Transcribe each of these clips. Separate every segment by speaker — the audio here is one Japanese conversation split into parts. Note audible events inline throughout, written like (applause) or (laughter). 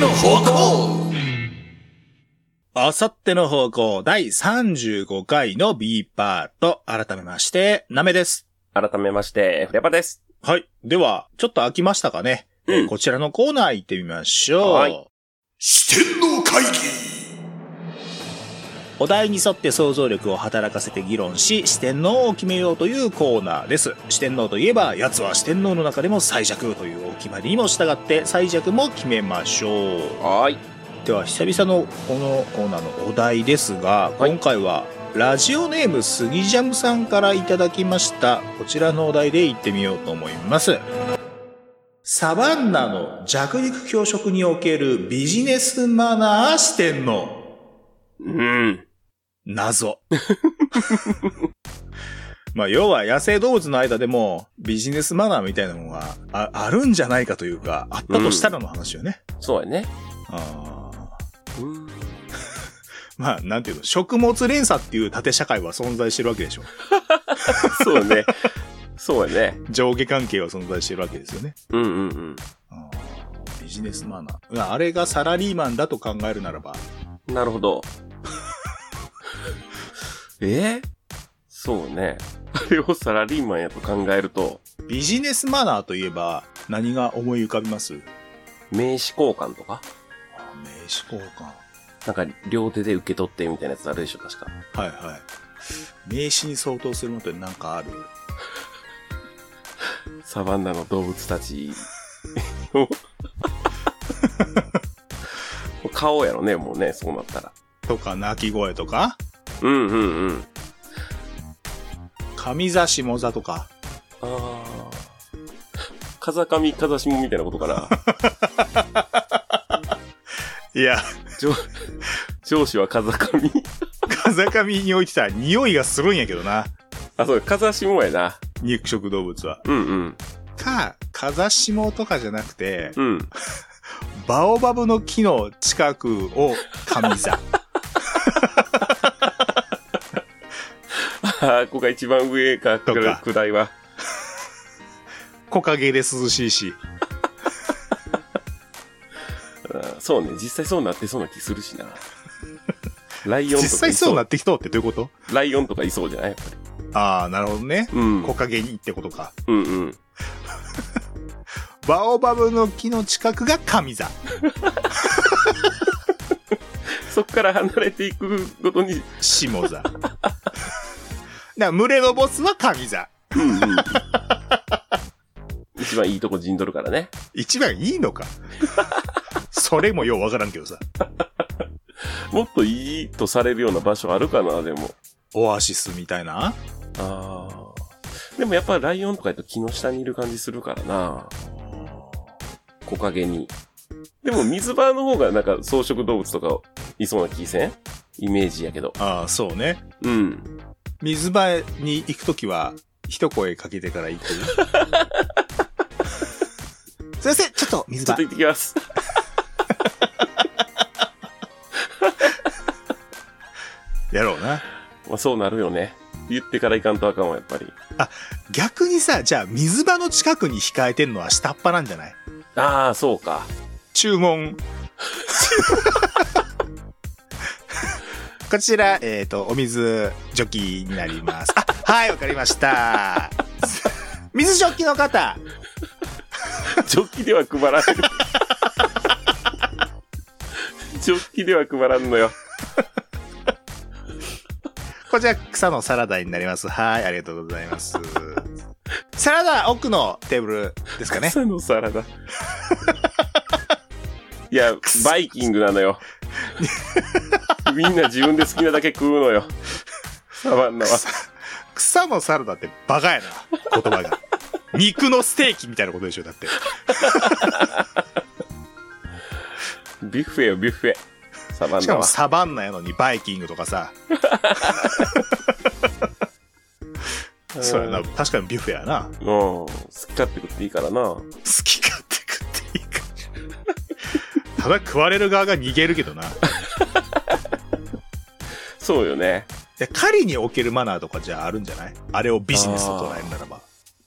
Speaker 1: 方向
Speaker 2: あさっての方向第35回の B パート。改めまして、なめです。
Speaker 3: 改めまして、フレパです。
Speaker 2: はい。では、ちょっと飽きましたかね。えー
Speaker 3: うん
Speaker 2: こちらのコーナー行ってみましょう。
Speaker 3: はい
Speaker 1: 四天王会議
Speaker 2: お題に沿って想像力を働かせて議論し、四天王を決めようというコーナーです。四天王といえば、奴は四天王の中でも最弱というお決まりにも従って、最弱も決めましょう。
Speaker 3: はーい。
Speaker 2: では、久々のこのコーナーのお題ですが、
Speaker 3: はい
Speaker 2: 今回は、ラジオネームスギジャムさんからいただきました。こちらのお題でいってみようと思います。サバンナの弱肉強食におけるビジネスマナー四天王。
Speaker 3: うん。
Speaker 2: 謎。 (laughs) まあ、要は野生動物の間でもビジネスマナーみたいなものがああるんじゃないかというか、あったとしたらの話よね。
Speaker 3: そうやね。
Speaker 2: あー
Speaker 3: うん。
Speaker 2: まあ、なんていうの、食物連鎖っていう縦社会は存在してるわけでしょ。
Speaker 3: そ
Speaker 1: (laughs)
Speaker 3: うね。そうやね。
Speaker 2: 上下関係は存在してるわけですよね。
Speaker 3: うんうんうん。
Speaker 2: あービジネスマナー。あれがサラリーマンだと考えるならば、
Speaker 3: なる
Speaker 1: (laughs)
Speaker 3: ほど。えそうね。あれをサラリーマンやと考えると、
Speaker 2: ビジネスマナーといえば何が思い浮かびます
Speaker 3: 名刺交換とか、
Speaker 2: あー名刺交換。
Speaker 3: なんか両手で受け取ってみたいなやつあるでしょ、確か。
Speaker 2: はいはい。名刺に相当するものって何かある
Speaker 3: サバンナの動物たち
Speaker 1: (laughs)
Speaker 3: を顔やろね、もうね、そうなったら。
Speaker 2: とか、鳴き声とか、
Speaker 3: うんうんうん。
Speaker 2: 上座下座とか、
Speaker 3: ああ。風上風下みたいなことかな。
Speaker 2: いや、
Speaker 3: 上上司は風上。
Speaker 2: 風上に置いてたら匂いがするんやけどな、
Speaker 3: あ、そう、風下やな。
Speaker 2: 肉食動物は。
Speaker 3: うんうん。
Speaker 2: か、風下とかじゃなくて、
Speaker 3: うん。
Speaker 2: バオバブの木の近くを上
Speaker 3: (laughs)
Speaker 2: 座。
Speaker 3: ああ、ここが一番上か、
Speaker 2: とか
Speaker 3: 下りは。
Speaker 2: 木陰で涼しいし。
Speaker 3: うんそうね、実際そうなってそうな気するしな。ライオンとかい
Speaker 2: 実際そうな
Speaker 3: っ
Speaker 2: ってきとうってどういうこと
Speaker 3: ライオンとかいそうじゃないやっぱり。
Speaker 2: ああ、なるほどね。
Speaker 3: うん。
Speaker 2: 木陰にってことか。
Speaker 3: うんうん。
Speaker 2: バオバブの木の近くが上座。
Speaker 3: そっから離れていくごとに、
Speaker 2: 下
Speaker 3: (laughs)
Speaker 2: 座。だから群れのボスは上座。
Speaker 3: うん
Speaker 2: (laughs)
Speaker 3: うん。一番いいとこ陣取るからね。
Speaker 2: 一番いいのかそれもようわからんけどさ。
Speaker 3: もっといいとされるような場所あるかな、でも。
Speaker 2: オアシスみたいな
Speaker 3: ああ。でもやっぱライオンとかやと木の下にいる感じするからな。木陰に。でも水場の方がなんか草食動物とかいそうな気せんイメージやけど。
Speaker 2: ああ、そうね。
Speaker 3: うん。
Speaker 2: 水場に行くときは、一声かけてから
Speaker 3: (laughs)
Speaker 2: 行く。すいません、ちょっと水
Speaker 3: ちょ
Speaker 2: 場
Speaker 3: っと。行ってきます。 (laughs)
Speaker 2: やろうな。
Speaker 3: まあそうなるよね。言ってから行かんとあかんわ、やっぱり。
Speaker 2: 逆にさ、じゃあ水場の近くに控えてんのは下っ端なんじゃない
Speaker 3: ああ、そうか。
Speaker 2: 注文。こちら、えっ、と、お水、ジョッキになります。あ、はい、わかりました。 (laughs) 水ジョッキの方。
Speaker 3: ジョッキでは配らん。 (laughs) ジョッキでは配らんのよ。
Speaker 2: こちら草のサラダになります。はい、ありがとうございます。サラダ奥のテーブルですかね。
Speaker 3: 草のサラダ。いや、バイキングなのよ。みんな自分で好きなだけ食うのよ。サバンナは。
Speaker 2: 草のサラダってバカやな、言葉が。肉のステーキみたいなことでしょ、だって。
Speaker 3: ビュッフェよ、ビュッフェ。サバン
Speaker 2: しか
Speaker 3: ナ
Speaker 2: も
Speaker 3: は。
Speaker 2: サバンナやのにバイキングとか (laughs) さ。そうやな、
Speaker 3: うん
Speaker 2: 確かにビュッフェやな。
Speaker 3: うん。好き勝手食っていいからな。
Speaker 2: 好き勝手食っていいか。ただ食われる側が逃げるけどな。い
Speaker 3: そうよね。
Speaker 2: や狩りにおけるマナーとかじゃああるんじゃないあれをビジネスと捉えるならば。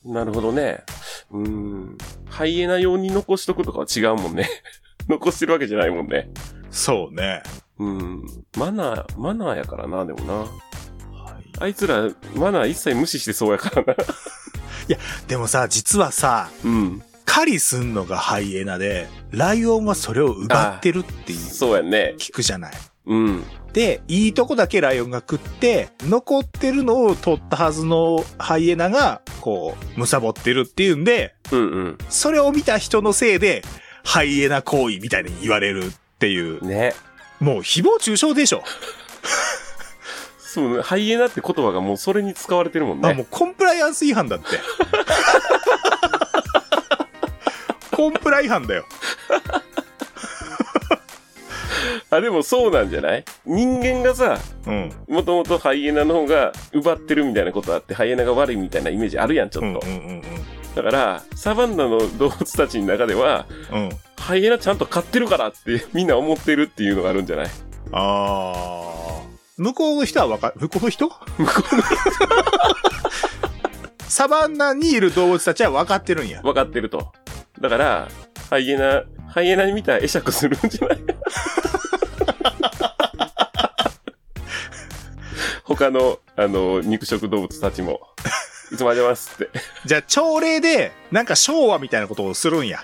Speaker 3: なるほどね。うーん。ハイエナ用に残しとくとかは違うもんね。 (laughs) 残してるわけじゃないもんね。
Speaker 2: そうね。
Speaker 3: うん。マナー、マナーやからな、でもな。
Speaker 2: はい
Speaker 3: あいつら、マナー一切無視してそうやからな。
Speaker 2: でもさ、実はさ、
Speaker 3: うん。
Speaker 2: 狩りすんのがハイエナで、ライオンはそれを奪ってるっていう、
Speaker 3: そうやね。
Speaker 2: 聞くじゃない。
Speaker 3: うん。
Speaker 2: で、いいとこだけライオンが食って、残ってるのを取ったはずのハイエナが、こう、貪ってるっていうんで、
Speaker 3: うん
Speaker 2: それを見た人のせいで、ハイエナ行為みたいに言われるっていう
Speaker 3: うん。、ね。
Speaker 2: もう誹謗中傷でしょ。
Speaker 3: そうね。ハイエナって言葉がもうそれに使われてるもん
Speaker 2: あ、
Speaker 3: ね。
Speaker 2: もうコンプライアンス違反だって。コンプラ違反だよ。
Speaker 3: (laughs) あ、でもそうなんじゃない人間がさ、
Speaker 2: うん。
Speaker 3: もともとハイエナの方が奪ってるみたいなことあって、ハイエナが悪いみたいなイメージあるやん、ちょっ
Speaker 2: う
Speaker 3: と。
Speaker 2: んうんうん
Speaker 3: だから、サバンナの動物たちの中では、
Speaker 2: うん。うん。
Speaker 3: ハイエナちゃんと飼ってるからってみんな思ってるっていうのがあるんじゃない
Speaker 2: あー。向こうの人はわか、向こうの人向こうの人。サバンナにいる動物たちは分かってるんや。
Speaker 3: 分かってると。だから、ハイエナ、ハイエナに見たら会釈するんじ
Speaker 2: (laughs)
Speaker 3: ゃない他の、あの、肉食動物たちも、いつもありますって。
Speaker 2: じゃあ朝礼で、なんか昭和みたいなことをするんや。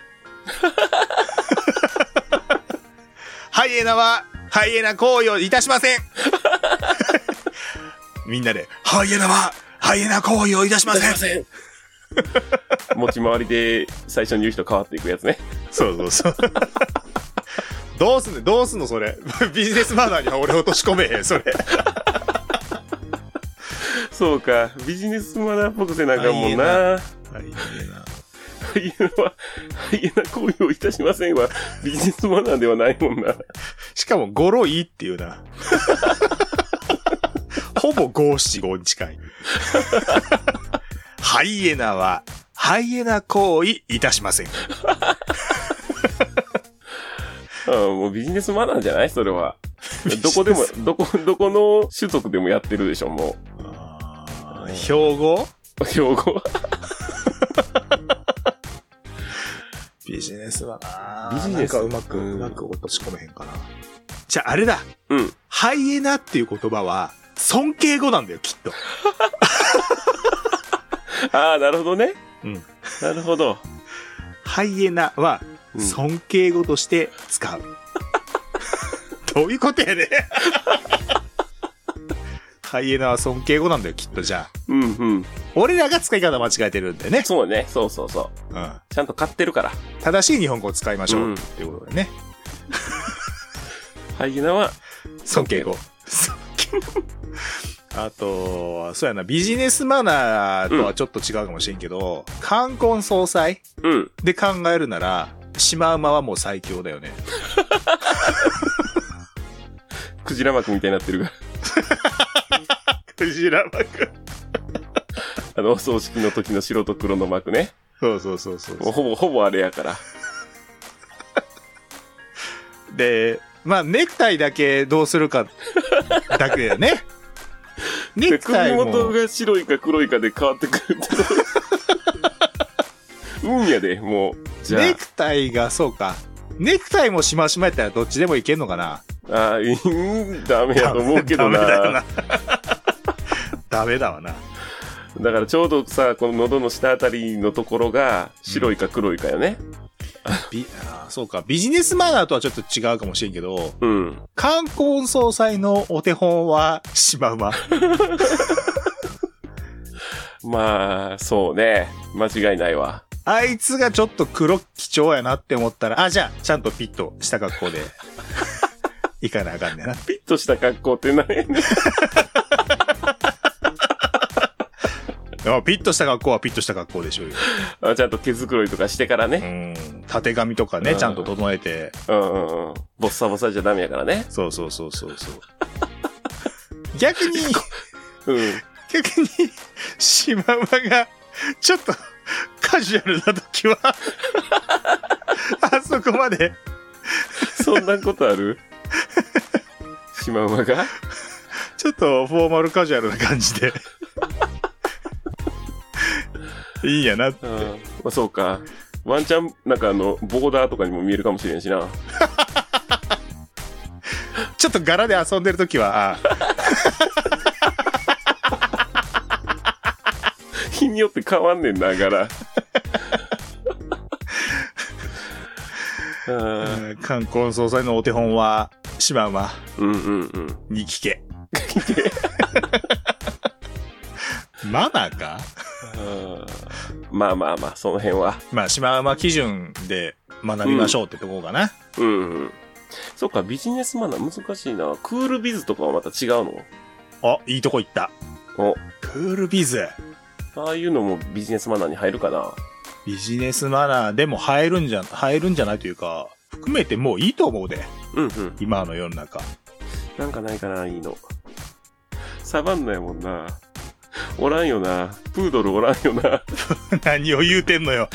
Speaker 2: ハイエナは、ハイエナ行為をいたしませんみんなで、ハイエナは、ハイエナ行為をいたしません
Speaker 3: せん持ち回りで最初に言う人変わっていくやつね。
Speaker 2: そうそうそう。どうすんのどうすんのそれ。ビジネスマナーには俺落とし込めへん、それ。
Speaker 3: そうか、ビジネスマナーっぽくせなあかんもんな。
Speaker 2: ハ
Speaker 3: ハイエナは、ハイエナ行為をいたしませんは、ビジネスマナーではないもんな。
Speaker 2: しかも、ゴロいいっていうな。 (laughs) ほぼ五七五に近い。ハイエナは、ハイエナ行為いたしません。
Speaker 3: ああもうビジネスマナーじゃないそれ
Speaker 2: (laughs)
Speaker 3: は。どこでも、どこ、どこの種族でもやってるでしょ、も
Speaker 2: あー標語
Speaker 3: う。 (laughs) 標語は。
Speaker 2: ビジネスはな
Speaker 3: ビジネス
Speaker 2: なんかうまく、
Speaker 3: うん
Speaker 2: うまく落とし込めへんかな。じゃあ、あれだ。
Speaker 3: うん。
Speaker 2: ハイエナっていう言葉は、尊敬語なんだよ、きっと。
Speaker 3: ああ、なるほどね。
Speaker 2: うん。
Speaker 3: なるほど。
Speaker 2: ハイエナは
Speaker 3: うん
Speaker 2: 尊敬語として使う。どういうことやねんハイエナは尊敬語なんだよ、きっとじゃあ。
Speaker 3: うんうん。
Speaker 2: 俺らが使い方間違えてるんだよね。
Speaker 3: そうね。そうそうそうう。ちゃんと買ってるから。
Speaker 2: ん。正しい日本語を使いましょう。
Speaker 3: うん
Speaker 2: っていうことでね。
Speaker 3: ハイエナは、
Speaker 2: 尊敬語。尊敬語。あと、そうやな、ビジネスマナーとはちょっと違うかもしれんけど、冠婚葬祭
Speaker 3: うん。
Speaker 2: で考えるなら、シマウマはもう最強だよね。
Speaker 3: クジラ幕みたいになってるから。 (laughs)
Speaker 2: クジラマク。
Speaker 3: あの、お葬式の時の白と黒の幕ね。
Speaker 2: そうそうそうそうそう
Speaker 3: もうほぼ、ほぼあれやから。
Speaker 2: で、まあ、ネクタイだけどうするか、だけだよ
Speaker 3: (laughs)
Speaker 2: ね。ネ
Speaker 3: で
Speaker 2: クタ
Speaker 3: 首
Speaker 2: イ
Speaker 3: 元
Speaker 2: も、
Speaker 3: が白いか黒いかで変わってくる
Speaker 2: (laughs)
Speaker 3: ってこと。運やで、もう。じゃ
Speaker 2: ネクタイが、そうか。ネクタイもしましまやったらどっちでもいけんのかな
Speaker 3: あ、あー、うん、ダメやと思うけどな。
Speaker 2: ダメだよな。 (laughs) ダメだわな。
Speaker 3: だからちょうどさ、この喉の下あたりのところが、白いか黒いかよね。
Speaker 2: ビあーそうか。ビジネスマナーとはちょっと違うかもしれんけど、
Speaker 3: うん。
Speaker 2: 冠婚葬祭のお手本はシマ
Speaker 3: (laughs)
Speaker 2: ウマ。
Speaker 3: まあ、そうね。間違いないわ。
Speaker 2: あいつがちょっと黒貴重やなって思ったら、あ、じゃあ、ちゃんとピッとした格好で、行かなあかんねんな。
Speaker 3: ピッとした格好ってないね。
Speaker 2: あピッとした格好はピッとした格好でしょうよ。
Speaker 3: (laughs) あちゃんと毛づくろいとかしてから
Speaker 2: う
Speaker 3: ね。
Speaker 2: ん。縦髪とか
Speaker 3: う
Speaker 2: ね、
Speaker 3: ん
Speaker 2: ちゃんと整えて。
Speaker 3: うんうんうん。ボッサボサじゃダメやからね。
Speaker 2: そうそうそうそうそう。逆に、
Speaker 3: うん。 (laughs)
Speaker 2: 逆に、シマウマが、ちょっと、カジュアルな時は、あそこまで、
Speaker 3: そんなことあるシマウマが
Speaker 2: ちょっとフォーマルカジュアルな感じで、いいんやな。
Speaker 3: (laughs) うん。まあ、そうか。ワンチャン、なんかあの、ボーダーとかにも見えるかもしれんしな。
Speaker 2: ちょっと柄で遊んでるときは、あ
Speaker 3: 日によって変わんねんな、 (laughs) 柄。あー
Speaker 2: ー冠婚葬祭のお手本は、シマウマ
Speaker 3: うんうんうん。
Speaker 2: に聞け。マナー
Speaker 3: あ
Speaker 2: か
Speaker 3: ーまあまあまあ、その辺は。
Speaker 2: まあ、シマウマ基準で学びましょうってとこかな。
Speaker 3: うんうん。そっか、ビジネスマナー難しいな。クールビズとかはまた違うの
Speaker 2: あ、いいとこ行った。
Speaker 3: お、
Speaker 2: クールビズ。
Speaker 3: ああいうのもビジネスマナーに入るかな
Speaker 2: ビジネスマナーでも入るんじゃ、入るんじゃないというか、含めてもういいと思うで。
Speaker 3: うんうん。
Speaker 2: 今の世の中。 (laughs)
Speaker 3: なんかないかな、いいの。サバンナやもんな。おらんよな。プードルおらんよな。
Speaker 2: 何を言うてんのよ。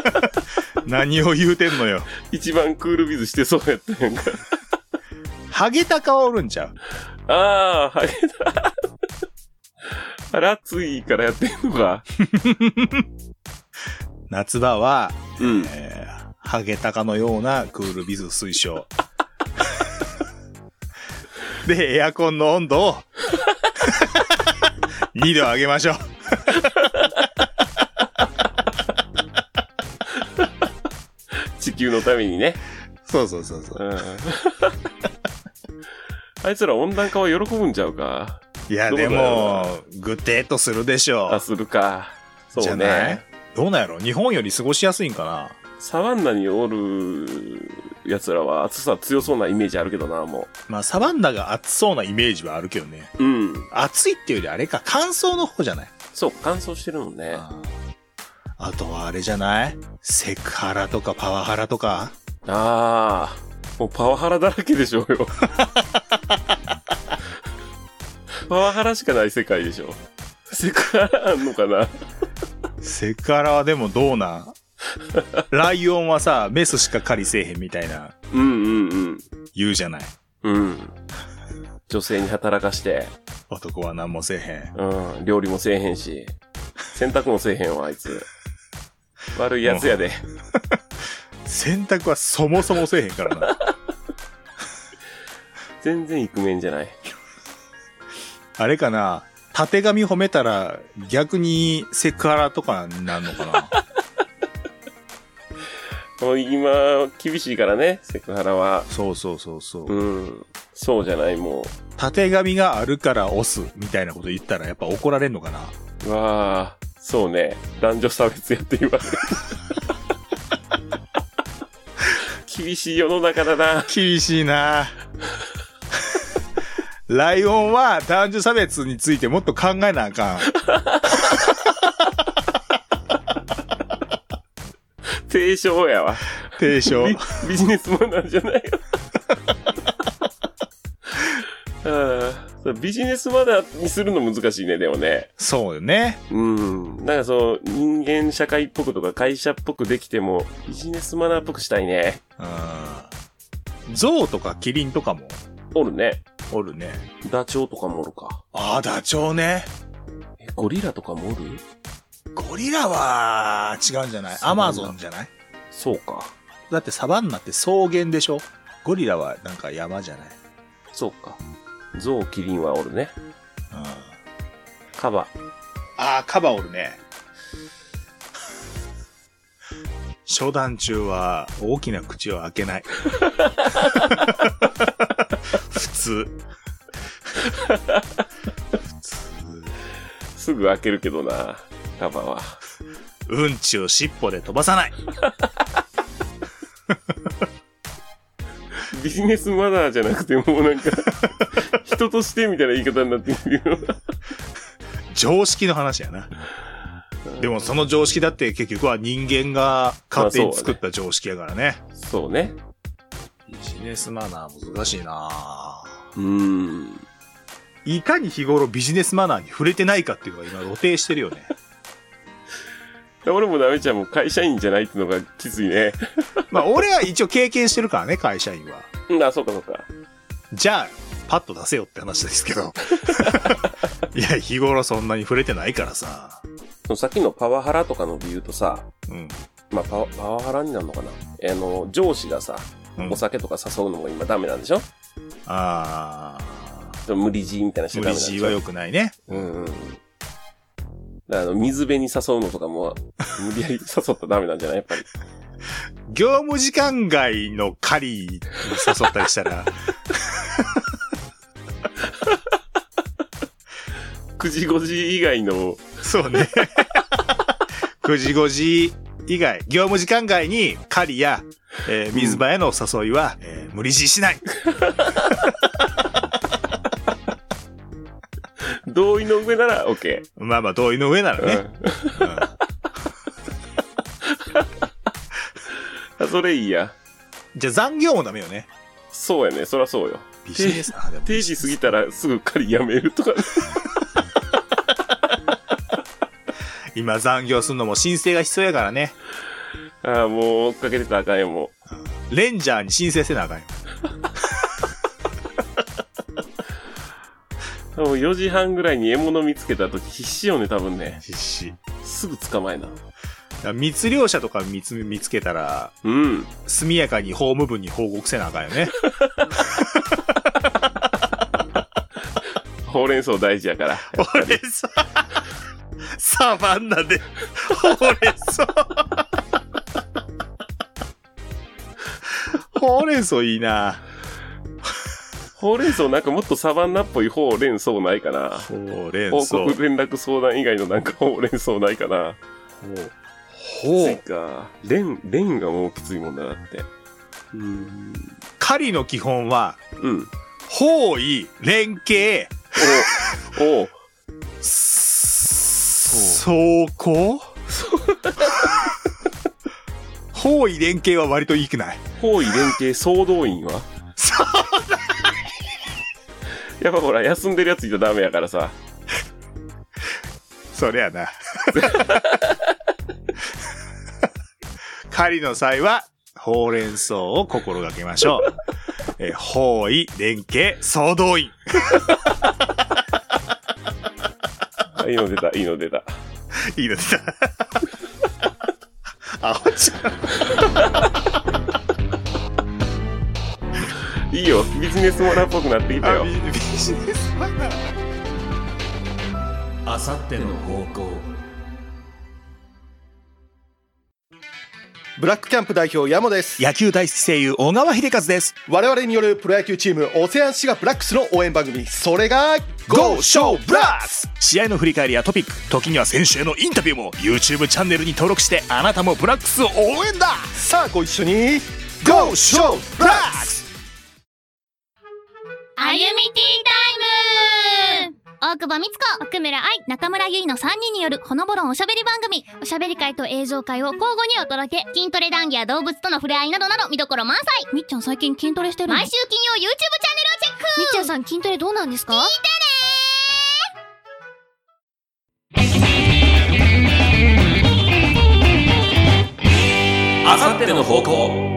Speaker 2: (laughs) 何を言うてんのよ。
Speaker 3: 一番クールビズしてそうやったやんか。
Speaker 2: ハゲタカはおるんちゃう
Speaker 3: ああ、はい。 (laughs) あら、ついからやってんのか。
Speaker 2: 夏場は、
Speaker 3: うん。
Speaker 2: えーハゲタカのようなクールビズ推 (laughs) 奨。で、エアコンの温 (laughs) 度を2度上げましょう。
Speaker 3: 地球のためにね。
Speaker 2: そうそうそうそう
Speaker 3: う。ん。 (laughs) あいつら温暖化は喜ぶんちゃうか。
Speaker 2: いや、
Speaker 3: どうだ
Speaker 2: で
Speaker 3: ろう
Speaker 2: も、ぐてっとするでしょ
Speaker 3: あ、するか。
Speaker 2: う。
Speaker 3: そう
Speaker 2: じゃない
Speaker 3: ね。
Speaker 2: どうなんやろ日本より過ごしやすいんかな
Speaker 3: サバンナにおる奴らは暑さ強そうなイメージあるけどな、も
Speaker 2: まあ、サバンナが暑そうなイメージはあるけどね。
Speaker 3: う。うん。
Speaker 2: 暑いっていうよりあれか、乾燥の方じゃない
Speaker 3: そう、乾燥してるもんね。
Speaker 2: ああとはあれじゃないセクハラとかパワハラとか
Speaker 3: ああ、もうパワハラだらけでしょう
Speaker 2: (laughs)
Speaker 3: よ。パワハラしかない世界でしょ。セクハラあんのかな
Speaker 2: セクハラはでもどうなんライオンはさ、メスしか狩りせえへんみたいな
Speaker 3: うんうん
Speaker 2: 言うじゃない
Speaker 3: うん。うん。女性に働かして、
Speaker 2: 男は何もせえへん。
Speaker 3: うん、料理もせえへんし、洗濯もせえへんわ、あいつ。悪いやつやで。
Speaker 2: 洗濯はそもそもせえへんからな。
Speaker 3: 全然イクメンじゃない。
Speaker 2: あれかなたてがみ褒めたら逆にセクハラとかになるのかな
Speaker 3: もう今、厳しいからね、セクハラは。
Speaker 2: そうそうそうそうう。
Speaker 3: ん。そうじゃない、も
Speaker 2: たてがみがあるから押すみたいなこと言ったらやっぱ怒られんのかな
Speaker 3: う。わあ、そうね。男女差別やって言われる。厳しい世の中だな。
Speaker 2: 厳しいなライオンは男女差別についてもっと考えなあかん。
Speaker 3: 提唱やわ。
Speaker 2: 提 (laughs) 唱。
Speaker 3: ビビジネスマナーじゃないよ。ああビジネスマナーにするの難しいね、でもね。
Speaker 2: そうよね。
Speaker 3: うん。なんかそう、人間社会っぽくとか会社っぽくできても、ビジネスマナーっぽくしたいね。
Speaker 2: うん。象とかキリンとかも
Speaker 3: おるね。
Speaker 2: おるね。
Speaker 3: ダチョウとかもおるか。
Speaker 2: ああ、ダチョウね。
Speaker 3: え、ゴリラとかもおる
Speaker 2: ゴリラは違うんじゃない
Speaker 3: そうな
Speaker 2: ア
Speaker 3: んだ
Speaker 2: マゾンじゃない
Speaker 3: そうか。
Speaker 2: だってサバンナって草原でしょゴリラはなんか山じゃない
Speaker 3: そうか。ゾウ、キリンはおるね。
Speaker 2: うん。あ
Speaker 3: カバ。
Speaker 2: あ、カバおるね。初段中は大きな口を開け (laughs) ない。普通。普通。
Speaker 3: すぐ開けるけどな。カバは。
Speaker 2: うんちを尻尾で飛ばさない。
Speaker 3: ビジネスマナーじゃなくて、もうなん (laughs) か、人としてみたいな言い方になってくるよ。
Speaker 2: 常識の話やな。でもその常識だって結局は人間が勝手に作った常識やからね。
Speaker 3: そうね。
Speaker 2: ビジネスマナー難しいな
Speaker 3: うーん。
Speaker 2: いかに日頃ビジネスマナーに触れてないかっていうのが今露呈してるよ (laughs) ね。
Speaker 3: 俺もダメちゃんも会社員じゃないってのがきついね。
Speaker 2: まあ俺は一応経験してるからね、会社員は。
Speaker 3: うん (laughs) あ、そうかそうか。
Speaker 2: じゃあ、パッと出せよって話ですけど。 (laughs) いや、日頃そんなに触れてないからさ。
Speaker 3: そのさっきのパワハラとかの理由とさ、
Speaker 2: うん。
Speaker 3: まあパワ、パワハラになるのかなあの、上司がさ、
Speaker 2: うん
Speaker 3: お酒とか誘うのも今ダメなんでしょ
Speaker 2: あ
Speaker 3: ちょっと無理強いみたいな人
Speaker 2: ー、無
Speaker 3: ダメ
Speaker 2: 理
Speaker 3: なんで
Speaker 2: 強
Speaker 3: し
Speaker 2: い
Speaker 3: ょ
Speaker 2: は良くないね。
Speaker 3: うんうんうん。だからあの、水辺に誘うのとか
Speaker 2: (laughs)
Speaker 3: も、無理やり誘ったらダメなんじゃないやっぱり。
Speaker 2: 業務時間外の狩りに誘ったりしたら、
Speaker 3: 9時5時以外の、
Speaker 2: そうね。9時5時以外、業務時間外に狩りや、えー水場への誘いは、えー無理強いしない。
Speaker 3: 同意の上なら OK。
Speaker 2: まあまあ同意の上なら
Speaker 3: う
Speaker 2: ね。
Speaker 3: ん。
Speaker 2: うん
Speaker 3: あ、 (laughs) それいいや。
Speaker 2: じゃあ残業もダメよね。
Speaker 3: そうやね。そりゃそうよ。
Speaker 2: ビジネスあでも
Speaker 3: 定時過ぎたらすぐ狩りやめるとか。 (laughs)
Speaker 2: 今残業するのも申請が必要やからね。
Speaker 3: ああ、もう追っかけてたらあかんよ、も
Speaker 2: レンジャーに申請せなあかんよ。
Speaker 3: う。もう4時半ぐらいに獲物見つけた時必死よね、多分ね。
Speaker 2: 必死。だ
Speaker 3: すぐ捕まえな。
Speaker 2: から密漁者とか見つ見つけたら、
Speaker 3: うん。
Speaker 2: 速やかに法務部に報告せなあかんよね。
Speaker 3: ほうれん草大事やから。
Speaker 2: ほうれん草。サバンナで、ほうれん草。ほうれん草いいな。
Speaker 3: ほうれん草なんかもっとサバンナっぽいほうれん草ないかな。
Speaker 2: ほうれん
Speaker 3: 報
Speaker 2: 草。
Speaker 3: 告連絡相談以外のなんかほうれん草ないかな。
Speaker 2: ほ
Speaker 3: つい。か。レン、レンがもうきついもんだなって。うん。
Speaker 2: 狩りの基本は、
Speaker 3: うん。
Speaker 2: 方位、連携、
Speaker 3: お、お、
Speaker 2: 走行方位連携は割といいくない
Speaker 3: 方位連携総動員は
Speaker 2: そう
Speaker 3: やっぱほら、休んでるやついたらダメやからさ。
Speaker 2: そりゃな。 (laughs) 狩りの際は、ほうれん草を心がけましょう。えー方位、連携、総動員。
Speaker 3: あいいの出た、いいの出た。
Speaker 2: いいの出た。 (laughs) あ、ほちゃん。
Speaker 3: いいよ、ビジネスモーラーっぽくなってきた
Speaker 2: あ
Speaker 3: よ
Speaker 2: ビ。ビジネスマナー。
Speaker 1: (laughs) あさっての方向
Speaker 4: ブラックキャンプ代表ヤモです
Speaker 2: 野球大好き声優、小川秀和です。
Speaker 4: 我々によるプロ野球チームオセアンシガブラックスの応援番組それが
Speaker 2: Go Show Blast! 試合の振り返りやトピック、時には選手へのインタビューも YouTube チャンネルに登録して、あなたもブラックスを応援だ
Speaker 4: さあご一緒に
Speaker 2: !Go Show Blast!
Speaker 5: あゆみティータイム大久保美津子、奥村愛、中村ゆいの3人によるほのぼろんおしゃべり番組、おしゃべり会と映像会を交互にお届け、筋トレ談義や動物との触れ合いなどなど見どころ満載
Speaker 6: みっちゃん最近筋トレしてるの
Speaker 5: 毎週金曜 YouTube チャンネルをチェック
Speaker 6: みっちゃんさん筋トレどうなんですか
Speaker 1: あさっての方向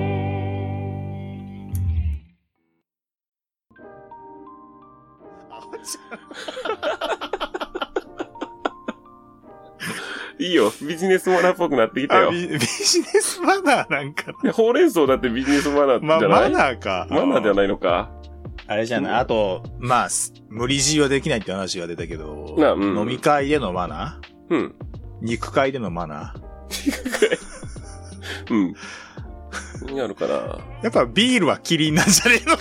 Speaker 3: いいよ、ビジネスモーラーっぽくなってきた
Speaker 2: あ
Speaker 3: よ。
Speaker 2: ビビジネスマナーなんかな。
Speaker 3: いやほうれん草だってビジネスマナー
Speaker 2: まあ、
Speaker 3: じゃな
Speaker 2: マ
Speaker 3: い、
Speaker 2: ナーか。
Speaker 3: マナーじゃ
Speaker 2: い。
Speaker 3: ないのか。
Speaker 2: あれじゃない。あと、まあ、す無理強いはできないって話が出たけど、
Speaker 3: なうん
Speaker 2: 飲み会でのマナー
Speaker 3: うん。
Speaker 2: 肉会でのマナー
Speaker 3: うん。何あるかな。
Speaker 2: やっぱビールはキリンなんじゃねえの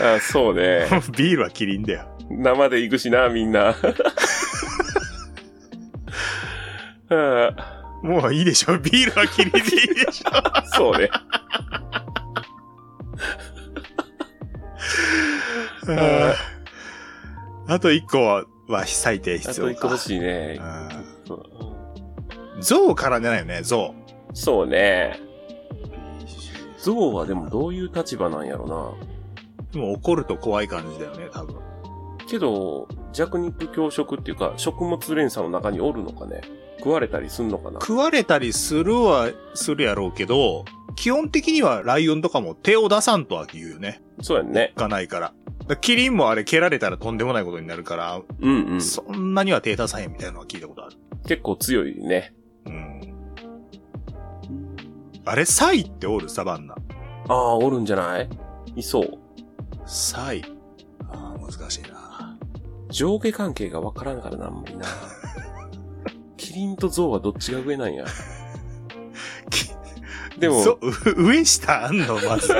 Speaker 3: あそうね。
Speaker 2: (laughs) ビールはキリンだよ。
Speaker 3: 生で行くしな、みんな。 (laughs) ああ
Speaker 2: もういいでしょ。 (laughs) ビールはキリンでいいでしょ。
Speaker 3: そうね。 (laughs)
Speaker 2: あーあと一個は最低
Speaker 3: あ
Speaker 2: 必
Speaker 3: と
Speaker 2: 要
Speaker 3: 一個
Speaker 2: か
Speaker 3: 欲。しいね。
Speaker 2: うん
Speaker 3: そう
Speaker 2: 象からじゃないよね、象。
Speaker 3: そうね。ゾウはでもどういう立場なんやろ
Speaker 2: でも怒ると怖い感じだよね、多分。
Speaker 3: な。けど、弱肉強食っていうか、食物連鎖の中におるのかね。食われたりすんのかな。
Speaker 2: 食われたりするは、するやろうけど、基本的にはライオンとかも手を出さんとは言うよね。
Speaker 3: そうやんね。
Speaker 2: がないから。らキリンもあれ蹴られたらとんでもないことになるから、
Speaker 3: うんうん。
Speaker 2: そんなには手出さへんみたいなのは聞いたことある。
Speaker 3: 結構強いね。
Speaker 2: うん。あれ、サイっておるサバンナ。
Speaker 3: ああ、おるんじゃないいそう。
Speaker 2: サイ。ああ、難しいな。
Speaker 3: 上下関係がわからんからな、あんまり (laughs) な。キリンとゾウはどっちが上なん (laughs) や。
Speaker 2: き
Speaker 3: でも、
Speaker 2: そう、う上下あんのまず。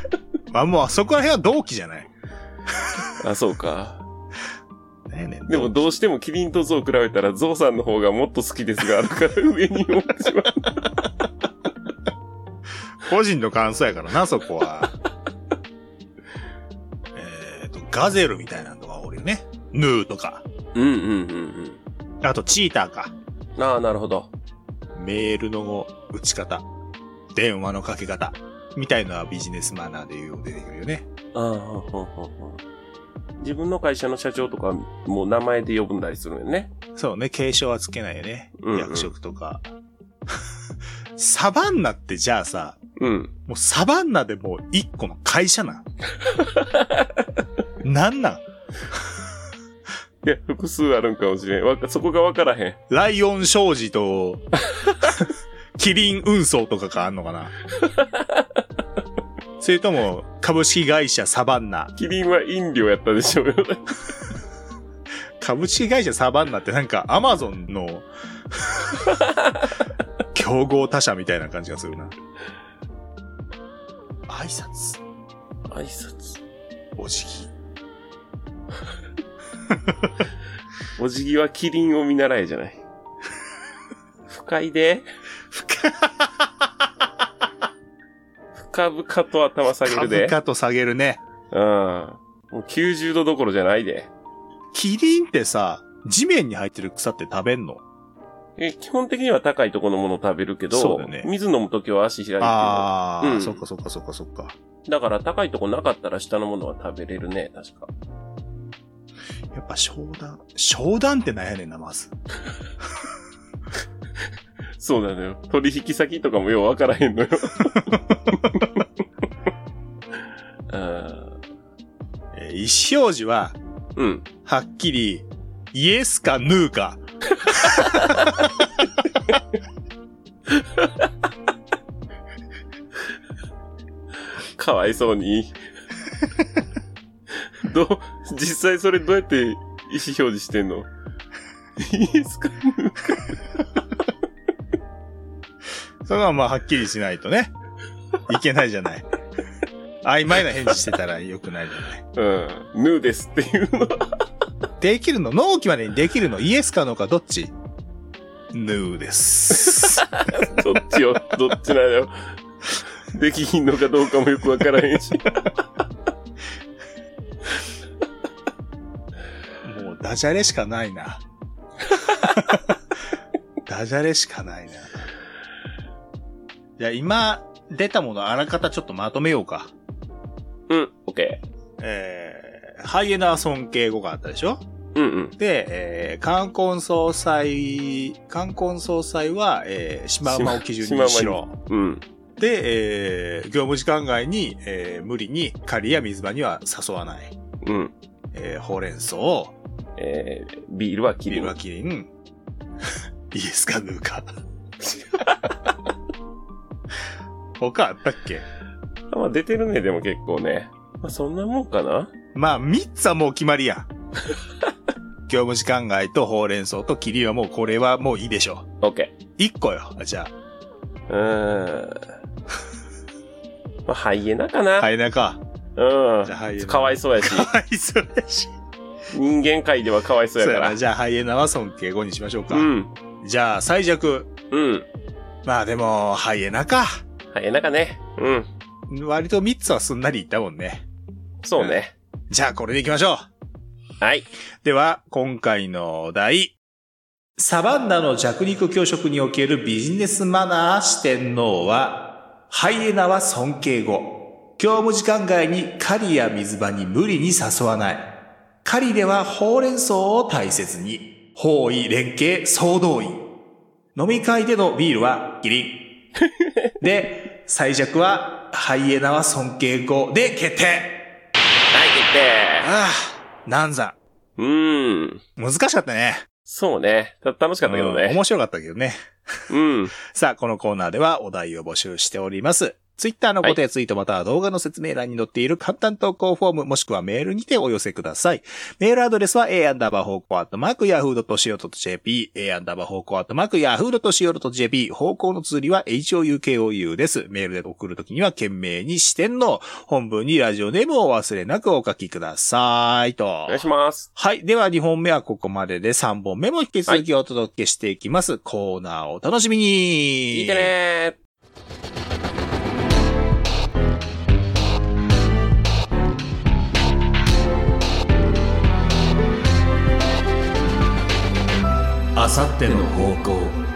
Speaker 2: (laughs) まあもう、そこら辺は同期じゃない。
Speaker 3: あ、そうか。
Speaker 2: ねえねえ
Speaker 3: でもどうしてもキリンとゾウ比べたらゾウさんの方がもっと好きですが、だから上に思ってしまう。
Speaker 2: 個人の感想やからな、そこは。 (laughs) えっと、ガゼルみたいなのがおるよね。ヌーとか。
Speaker 3: うんうんうん
Speaker 2: あと、チーターか。
Speaker 3: うん。ああ、なるほど。
Speaker 2: メールの打ち方。電話のかけ方。みたいのはビジネスマナーでよう出てくるよね。
Speaker 3: ああ、ほんほんほんほん自分の会社の社長とかもう名前で呼ぶんだりするよね。
Speaker 2: そうね、継承はつけないよね。
Speaker 3: うんうん
Speaker 2: 役職とか。 (laughs) サバンナってじゃあさ、
Speaker 3: うん。
Speaker 2: もうサバンナでもう一個の会社 (laughs) なん。なんなん
Speaker 3: いや、複数あるんかもしれん。わかそこがわからへん。
Speaker 2: ライオン商
Speaker 3: (laughs)
Speaker 2: 事と、キリン運送とかがあんの
Speaker 3: (laughs)
Speaker 2: かなそれとも、株式会社サバンナ。
Speaker 3: キリンは飲料やったでしょうよ。
Speaker 2: 株式会社サバンナってなんかアマゾン
Speaker 3: (laughs)
Speaker 2: の競合他社みたいな感じがするな。挨拶、
Speaker 3: 挨拶。
Speaker 2: お辞儀。
Speaker 3: お辞儀はキリンを見習えじゃない。不快で深々と頭下げるで。
Speaker 2: 株価と下げるね。
Speaker 3: うん。もう90度どころじゃないで。
Speaker 2: キリンってさ、地面に生えてる草って食べんの
Speaker 3: え基本的には高いところのものを食べるけ
Speaker 2: そ
Speaker 3: ど、
Speaker 2: うだね
Speaker 3: 水飲むときは足開いてる。だ
Speaker 2: ああ、
Speaker 3: うん
Speaker 2: そっかそっかそっかそっか。
Speaker 3: から高いとこなかったら下のものは食べれるね、確か。
Speaker 2: やっぱ商談。商談ってなんやねんな、まず。
Speaker 3: そうなのよ。取引先とかもようわからへ (laughs) んのよ。うん
Speaker 2: えー意思表示は、
Speaker 3: うん。
Speaker 2: はっきり、イエスかヌーか。
Speaker 3: かわいそうに。 (laughs) どう、実際それどうやって意思表示してんのいいですか
Speaker 2: それはまあ、はっきりしないとね。いけないじゃない。曖昧な返事してたら良くないじゃない。
Speaker 3: うん。ヌーですっていうの。
Speaker 2: できるの納期までにできるのイエスかノーかどっちヌーです。
Speaker 3: どっ (laughs) ちよ、どっちなのよ。できひんのかどうかもよくわからへんし。
Speaker 2: もうダジャレしかないな。ダジャレしかないな。じゃあ今出たものあらかたちょっとまとめようか。
Speaker 3: うん、オッケ
Speaker 2: えー、ハイエナ尊敬語があったでしょ
Speaker 3: ー。うんうん。
Speaker 2: で、えー、冠婚総裁、冠婚総裁は、えー、シマウマを基準にし
Speaker 3: シマ
Speaker 2: ろ。
Speaker 3: うん。
Speaker 2: で、えー、業務時間外に、えー、無理に狩りや水場には誘わない。
Speaker 3: うん。
Speaker 2: えー、ほうれん草、
Speaker 3: えー、ビールは切
Speaker 2: ビ
Speaker 3: る
Speaker 2: ル。はキ (laughs) リン、イエスかヌーか。他あったっけ
Speaker 3: あまあ出てるね、でも結構ね。まあそんなもんかな
Speaker 2: まあ、三つはもう決まり (laughs) やん。業務時間外とほうれん草とキリンはもうこれはもういいでしょう。
Speaker 3: オッケ
Speaker 2: 一個よ。じゃ
Speaker 3: ー。うーん。 (laughs) まあハイエナかな、
Speaker 2: あ、ハイエナか。
Speaker 3: うん
Speaker 2: じゃあハイエナ。
Speaker 3: かわいそうや
Speaker 2: (laughs)
Speaker 3: し
Speaker 2: か。わいそうやし。
Speaker 3: 人間界ではかわいそう
Speaker 2: そう
Speaker 3: や
Speaker 2: や
Speaker 3: か
Speaker 2: な。
Speaker 3: ら。
Speaker 2: じゃあ、ハイエナは尊敬語にしましょうか。
Speaker 3: うん。
Speaker 2: じゃあ、最弱。
Speaker 3: うん。
Speaker 2: まあでも、ハイエナか。
Speaker 3: ハイエナかね。うん。
Speaker 2: 割と3つはすんなりいったもんね。
Speaker 3: そうね。
Speaker 2: じゃあ、これでいきましょう。
Speaker 3: はい。
Speaker 2: では、今回のお題。サバンナの弱肉強食におけるビジネスマナー四天王は、ハイエナは尊敬語。業務時間外に狩りや水場に無理に誘わない。狩りではほうれん草を大切に。包囲、連携、総動員。飲み会でのビールはキリン。で、最弱はハイエナは尊敬語で決定
Speaker 3: はい、って。
Speaker 2: ああ、難産。
Speaker 3: うーん。
Speaker 2: 難しかったね。
Speaker 3: そうね。た楽しかったけど
Speaker 2: うん
Speaker 3: ね。
Speaker 2: 面白かったけどね。
Speaker 3: うん。
Speaker 2: さあ、このコーナーではお題を募集しております。ツイッターの固定ツイートまたは動画の説明欄に載っている簡単投稿フォームもしくはメールにてお寄せください。メールアドレスは a アンダーバー方向アットマーク yahoo.co.jp a アンダーバー方向アットマーク yahoo.co.jp 方向の通りは houkou です。メールで送るときには懸命に視点の本文にラジオネームをお忘れなくお書きくださいと。
Speaker 3: お願いします。
Speaker 2: はい。では、2本目はここまでで、3本目も引き続きお届けしていきます。コーナーをお楽しみに
Speaker 3: 聞いてね
Speaker 1: あさっての方向